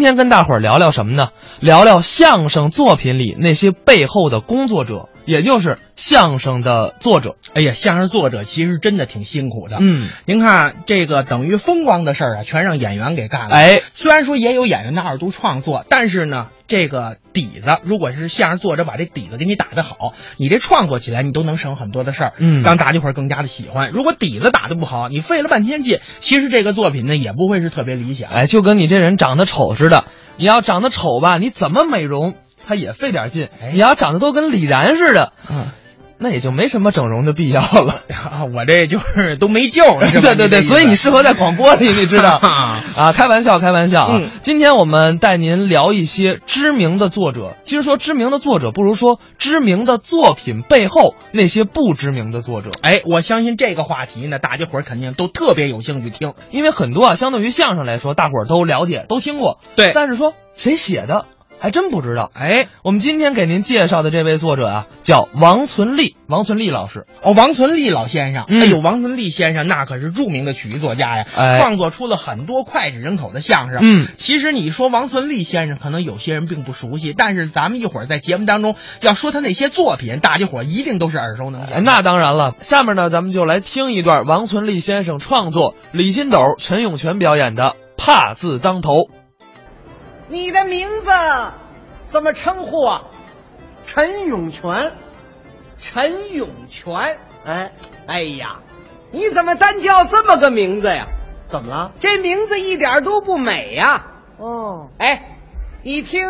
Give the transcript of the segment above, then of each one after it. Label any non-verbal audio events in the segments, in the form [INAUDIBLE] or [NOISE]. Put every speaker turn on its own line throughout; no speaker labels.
今天跟大伙儿聊聊什么呢？聊聊相声作品里那些背后的工作者，也就是相声的作者。
哎呀，相声作者其实真的挺辛苦的。
嗯，
您看这个等于风光的事儿啊，全让演员给干了。
哎，
虽然说也有演员的二度创作，但是呢，这个底子，如果是相声作者把这底子给你打得好，你这创作起来你都能省很多的事儿，
嗯
让大家伙儿更加的喜欢。如果底子打得不好，你费了半天劲，其实这个作品呢也不会是特别理想。
哎，就跟你这人长得丑似的，你要长得丑吧，你怎么美容，他也费点劲；
哎
你要长得都跟李然似的，
啊、
那也就没什么整容的必要了。
我这就是都没救了，是吧。
[LAUGHS] 对对对，所以你适合在广播里，你知道
[LAUGHS] 啊，
啊，开玩笑，开玩笑啊！
嗯
今天我们带您聊一些知名的作者。其实说知名的作者，不如说知名的作品背后那些不知名的作者。
哎，我相信这个话题呢，大家伙儿肯定都特别有兴趣听。
因为很多啊，相对于相声来说，大伙儿都了解、都听过，
对
但是说谁写的，还真不知道。
哎，
我们今天给您介绍的这位作者啊，叫王存利，王存利老师。
哦，王存利老先生，
嗯
哎呦，王存利先生那可是著名的曲艺作家呀，
哎
创作出了很多脍炙人口的相声。
嗯
其实你说王存利先生，可能有些人并不熟悉，但是咱们一会儿在节目当中要说他那些作品，大家伙儿一定都是耳熟能
哎，
详。
那当然了。下面呢，咱们就来听一段王存利先生创作，李金斗、陈永泉表演的《怕字当头》。
你的名字怎么称呼啊？
陈永泉，
陈永泉。
哎，
哎呀，你怎么单叫这么个名字呀？
怎么了？
这名字一点都不美呀！
哦，
哎，一听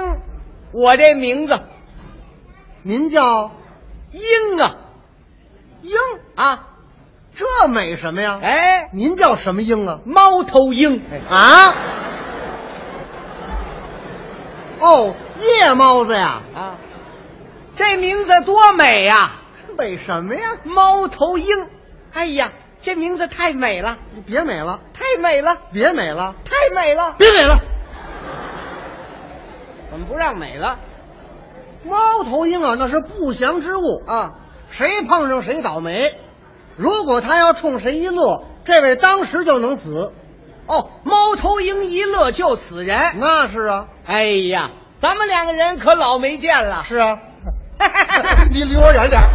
我这名字
您叫
英啊
英，
啊，
这美什么呀？，
哎，
您叫什么英啊？
猫头鹰
哎啊？哦，夜猫子呀，
啊，这名字多美呀！
美什么呀？
猫头鹰，哎呀，这名字太美了，
你别美了，
太美了，
别美了，
太美了！
别美了。
怎么不让美了
猫头鹰啊，那是不祥之物，
啊？
谁碰上谁倒霉。如果他要冲谁一乐，这位当时就能死。
哦，猫头鹰一乐就死人。
那是啊，
哎呀，咱们两个人可老没见了。[LAUGHS]
是啊，你离我远点儿。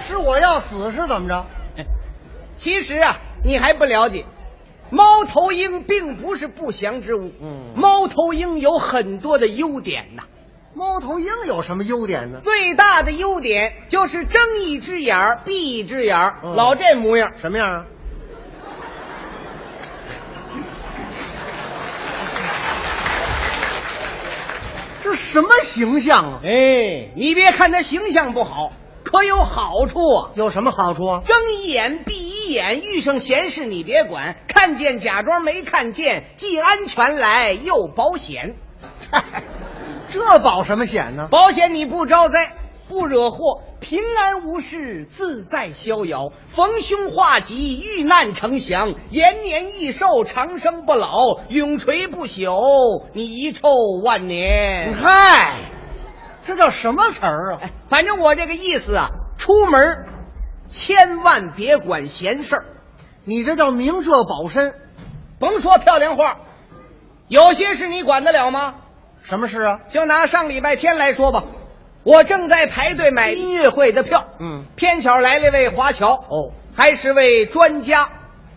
是我要死是怎么着？
其实啊，你还不了解，猫头鹰并不是不祥之物。
嗯
猫头鹰有很多的优点呐、
猫头鹰有什么优点呢？
最大的优点就是睁一只眼儿闭一只眼儿，
嗯
老这模样。
什么样
[LAUGHS]
啊？这什么形象啊？
哎，你别看它形象不好，可有好处啊。
有什么好处啊？
睁一眼闭一眼，遇上闲事你别管，看见假装没看见，既安全来又保险。 [LAUGHS]
这保什么险呢？
保险你不招灾，不惹祸，平安无事，自在逍遥，逢凶化吉，遇难成祥，延年益寿，长生不老，永垂不朽，你遗臭万年。
嗨，这叫什么词儿啊
哎？反正我这个意思啊，出门儿千万别管闲事儿。
你这叫明哲保身。
甭说漂亮话，有些事你管得了吗？
什么事啊？
就拿上礼拜天来说吧，我正在排队买音乐会的票，
嗯
偏巧来了一位华侨，
哦，
还是位专家。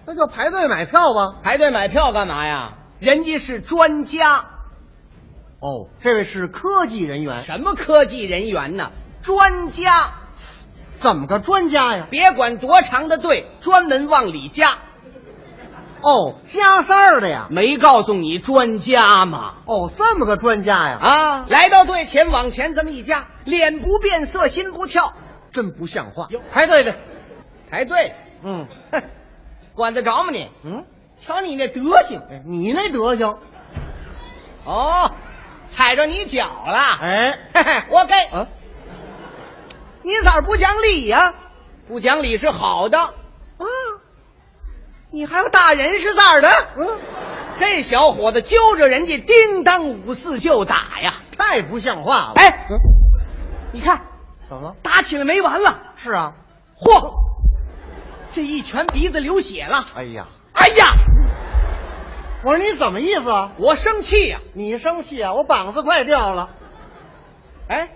那就排队买票吧。
排队买票干嘛呀？人家是专家，
哦，这位是科技人员，
什么科技人员呢？专家，
怎么个专家呀？
别管多长的队，专门往里加。
哦，加塞儿的呀。
没告诉你专家吗？
哦，这么个专家呀，
啊，来到队前往前这么一加，脸不变色，心不跳，
真不像话
哟。
排队的，
排队去，
嗯
哼，管得着吗你？
嗯，
瞧你那德行。
哎你那德行，
哦，踩着你脚了，
哎
嘿嘿，活该！
啊，
你咋不讲理呀、不讲理是好的，嗯，你还有打人是咋的？
嗯，
这小伙子揪着人家叮当五四就打呀！
太不像话了。
哎
嗯
你看
怎么了？
打起来没完了，
是啊，
嚯，这一拳鼻子流血了！
哎呀，
哎呀，
我说你怎么意思啊？
我生气呀、
你生气啊？我膀子快掉了。
哎，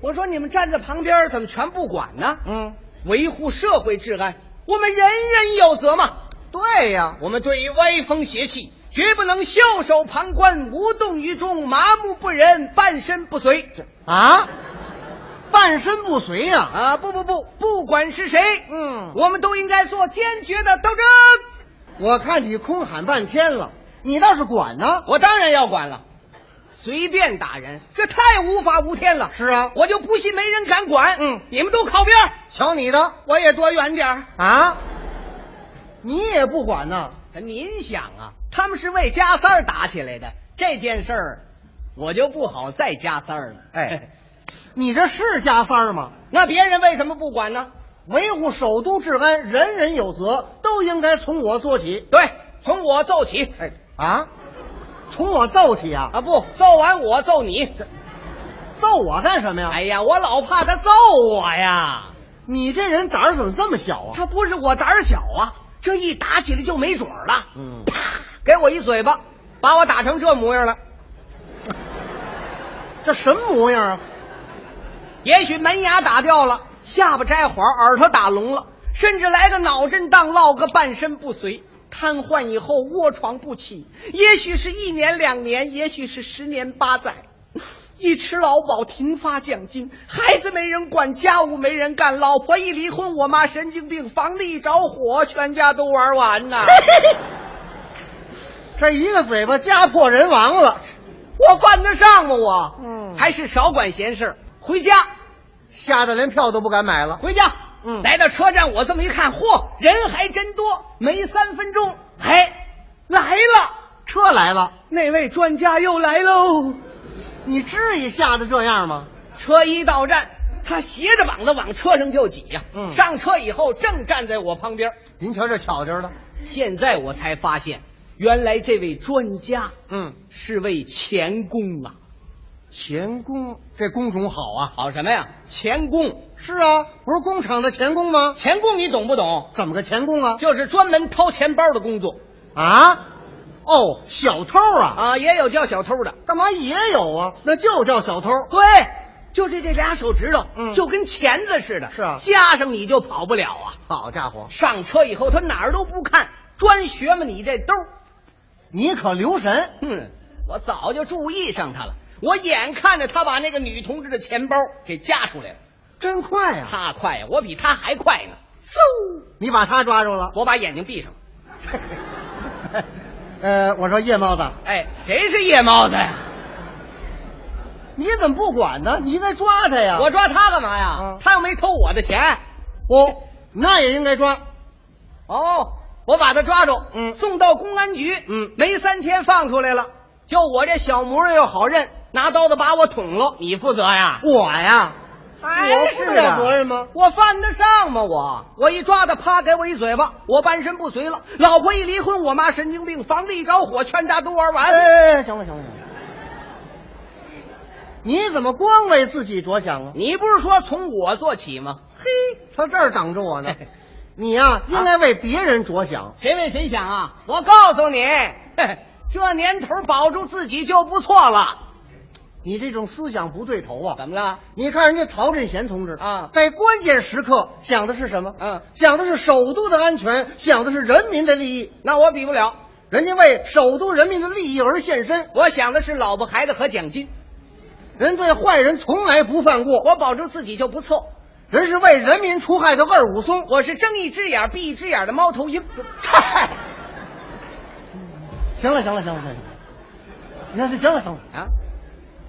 我说你们站在旁边怎么全不管呢？
嗯，
维护社会治安，我们人人有责嘛。
对呀、
我们对于歪风邪气，绝不能袖手旁观、无动于衷、麻木不仁、半身不遂。
啊，半身不遂呀、
啊，不不不，不管是谁，
嗯
我们都应该做坚决的斗争。
我看你空喊半天了，你倒是管呢。
我当然要管了，随便打人，这太无法无天了。
是啊
我就不信没人敢管。
嗯
你们都靠边儿，
瞧你的
我也躲远点儿。
啊，你也不管呐。
哎您想啊，他们是为加三儿打起来的这件事儿，我就不好再加三儿了。 [LAUGHS]
哎，你这是加三儿吗？
那别人为什么不管呢？
维护首都治安，人人有责，都应该从我做起。
对，从我揍起。
哎啊，从我揍起啊！
啊，不，揍完我揍你。
揍我干什么呀？
哎呀，我老怕他揍我呀。
你这人胆儿怎么这么小啊？
他不是我胆儿小啊，这一打起来就没准儿了。
嗯
啪，给我一嘴巴，把我打成这模样了。
这什么模样啊？
也许门牙打掉了，下巴摘黄，耳朵打聋了，甚至来个脑震荡，落个半身不遂，瘫痪以后卧床不起。也许是一年两年，也许是十年八载。一吃劳保，停发奖金，孩子没人管，家务没人干，老婆一离婚，我妈神经病，房子一着火，全家都玩完呐。
这一个嘴巴家破人亡了。
我犯得上吗？我，
嗯
还是少管闲事儿，回家，
吓得连票都不敢买了。
回家。
嗯
来到车站，我这么一看，嚯，人还真多。没三分钟，嘿，来了，
车来了，
那位专家又来喽。
你至于吓得这样吗？
车一到站，他斜着膀子往车上就挤呀、
嗯
上车以后，正站在我旁边。
您瞧这巧劲儿的，
现在我才发现，原来这位专家，
嗯，
是位钳工啊。
钳工这工种好啊。
好什么呀？钳工，
是啊，不是工厂的钳工吗？
钳工你懂不懂？
怎么个钳工啊？
就是专门掏钱包的工作。
啊，哦，小偷啊，
啊，也有叫小偷的。
干嘛也有啊？那就叫小偷。
对，就这这俩手指头，
嗯
就跟钳子似的，
是啊
加上你就跑不了啊。
好家伙，
上车以后，他哪儿都不看，专学嘛你这兜儿。
你可留神，
哼，我早就注意上他了，我眼看着他把那个女同志的钱包给夹出来了，
真快呀、
他快呀，我比他还快呢。
嗖，你把他抓
[LAUGHS]
住了。
我把眼睛闭上了。
呃，我说夜猫子，
哎，谁是夜猫子呀？
你怎么不管呢？你应该抓他呀！
我抓他干嘛呀
嗯？
他又没偷我的钱。
哦，那也应该抓。
哦，我把他抓住，
嗯
送到公安局，
嗯
没三天放出来了。就我这小模样又好认，拿刀子把我捅了，你负责呀？
我呀，
还
我
是
负
啊
得了责任吗？
我犯得上吗？我我一抓他，啪给我一嘴巴，我半身不遂了。老婆一离婚，我妈神经病，房子一着火，全家都玩完。
哎，行了行了行了，你怎么光为自己着想啊？
你不是说从我做起吗？
嘿，他这儿挡住我呢。你呀、应该为别人着想。
谁为谁想啊？我告诉你，嘿这年头保住自己就不错了。
你这种思想不对头啊！
怎么了？
你看人家曹振贤同志
啊
在关键时刻想的是什么？
嗯
想的是首都的安全，想的是人民的利益。
那我比不了。
人家为首都人民的利益而献身，
我想的是老婆孩子和奖金，
人对坏人从来不放过。
我保住自己就不错。
人是为人民除害的二武松。
我是睁一只眼闭一只眼的猫头鹰。
行了，行了，行了，行了，你看，行了，行了。
啊，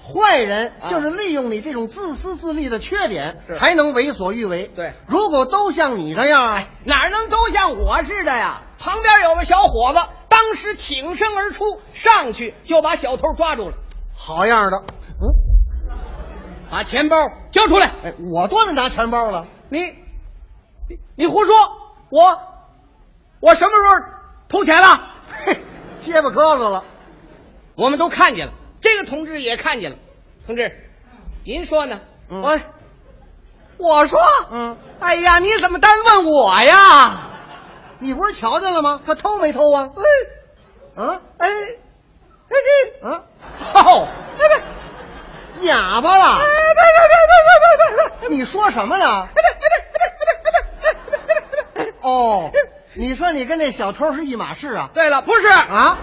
坏人
啊
就是利用你这种自私自利的缺点
是，
才能为所欲为。
对哎
如果都像你这样啊，
哪儿能都像我似的呀？旁边有个小伙子，当时挺身而出，上去就把小偷抓住了，
好样的！嗯，
把钱包交出来。
哎，我多能拿钱包了。
你，你你胡说！我，我什么时候偷钱了？
嘿，结巴磕子了。
我们都看见了，这个同志也看见了。同志，您说呢？
嗯
我，我说，
嗯，
哎呀，你怎么单问我呀？
你不是瞧见了吗？他偷没偷啊？
哎，哦哎
嗯，哑巴了。你说什么
哎
呢？哦，你说你跟那小偷是一码事啊？
对了，不是
啊，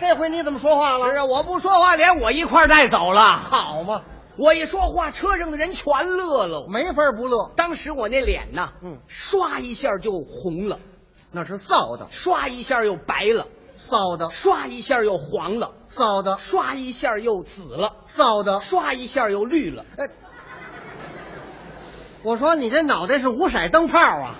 这回你怎么说话了？
是啊，我不说话，连我一块儿带走了。
好嘛，
我一说话，车上的人全乐喽。
没法不乐，
当时我那脸呐，
嗯
唰一下就红了，
那是臊的，
唰一下又白了，
臊的，
唰一下又黄了，
臊的，
唰一下又紫了，
臊的。
唰一下又绿了。
哎，我说你这脑袋是五色灯泡啊！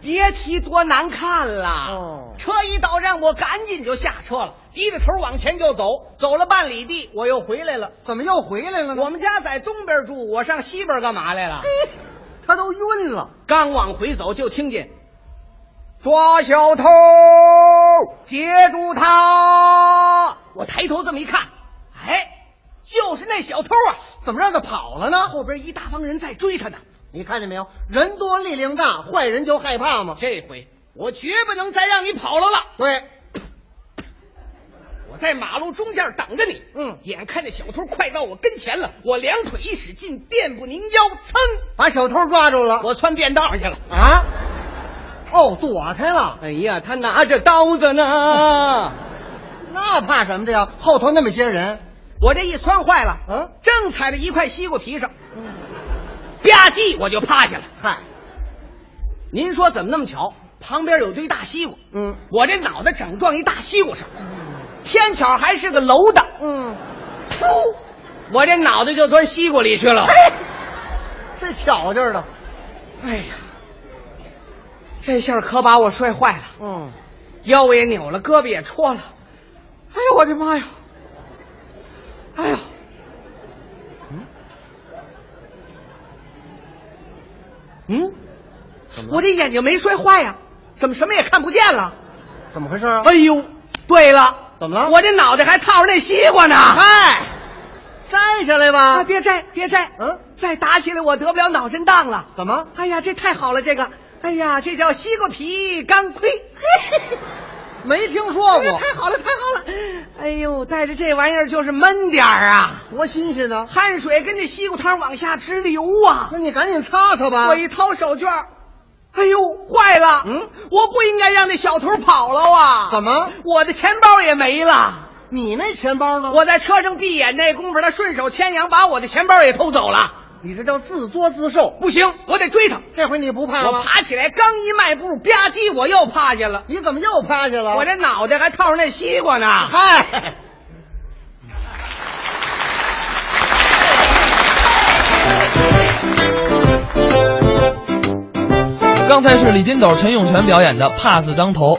别提多难看了。
哦
车一到站，我赶紧就下车了，低着头往前就走，走了半里地，我又回来了。
怎么又回来了呢？
我们家在东边住，我上西边干嘛来了？
他都晕了。
刚往回走，就听见抓小偷，截住他！我抬头这么一看，哎，就是那小偷啊！
怎么让他跑了呢？
后边一大帮人在追他呢。
你看见没有？人多力量大，坏人就害怕嘛。
这回我绝不能再让你跑了了。
对，
我在马路中间等着你。
嗯
眼看着小偷快到我跟前了，我两腿一使劲，垫步拧腰，噌，
把小偷抓住了。
我窜便道上去了。
啊，哦，躲开了，
哎呀，他拿着刀子呢。
[LAUGHS] 那怕什么的呀？后头那么些人，
我这一窜坏了，
嗯
正踩在一块西瓜皮上，吧唧我就趴下了。
嗨，
您说怎么那么巧？旁边有堆大西瓜，
嗯
我这脑袋整撞一大西瓜上，偏巧还是个楼的，
嗯，
噗，我这脑袋就钻西瓜里去
[LAUGHS]
了。
这巧劲儿的，
哎呀，这下可把我摔坏了，
嗯，
腰也扭了，胳膊也戳了。哎呦我的妈呀！哎呀，嗯，嗯，我这眼睛没摔坏呀、怎么什么也看不见了？
怎么回事啊？
哎呦，对了，
怎么了
我这脑袋还套着那西瓜呢。
嗨，摘下来吧。
啊，别摘，别摘，
嗯，
再打起来我得不了脑震荡了。
怎么？
哎呀，这太好了，这个，哎呀，这叫西瓜皮干
[LAUGHS]
盔。嘿嘿嘿
没听说
哎呀
过，
太好了，太好了！哎呦，带着这玩意儿就是闷点儿啊，
多新鲜呢！
汗水跟这西瓜汤往下直流啊
那！你赶紧擦擦吧。
我一掏手绢儿，哎呦，坏了！
嗯，
我不应该让那小偷跑了啊！
怎么
我的钱包也没了？
你那钱包呢？
我在车上闭眼那功夫，他顺手牵羊把我的钱包也偷走了。
你这叫自作自受。
不行，我得追他！
这回你不怕
我
了？
爬起来，刚一迈步，吧唧，我又趴下了。
你怎么又趴下了？
我这脑袋还套着那西瓜呢。 [LAUGHS]
嗨，
刚才是李金斗、陈永泉表演的《怕死当头》。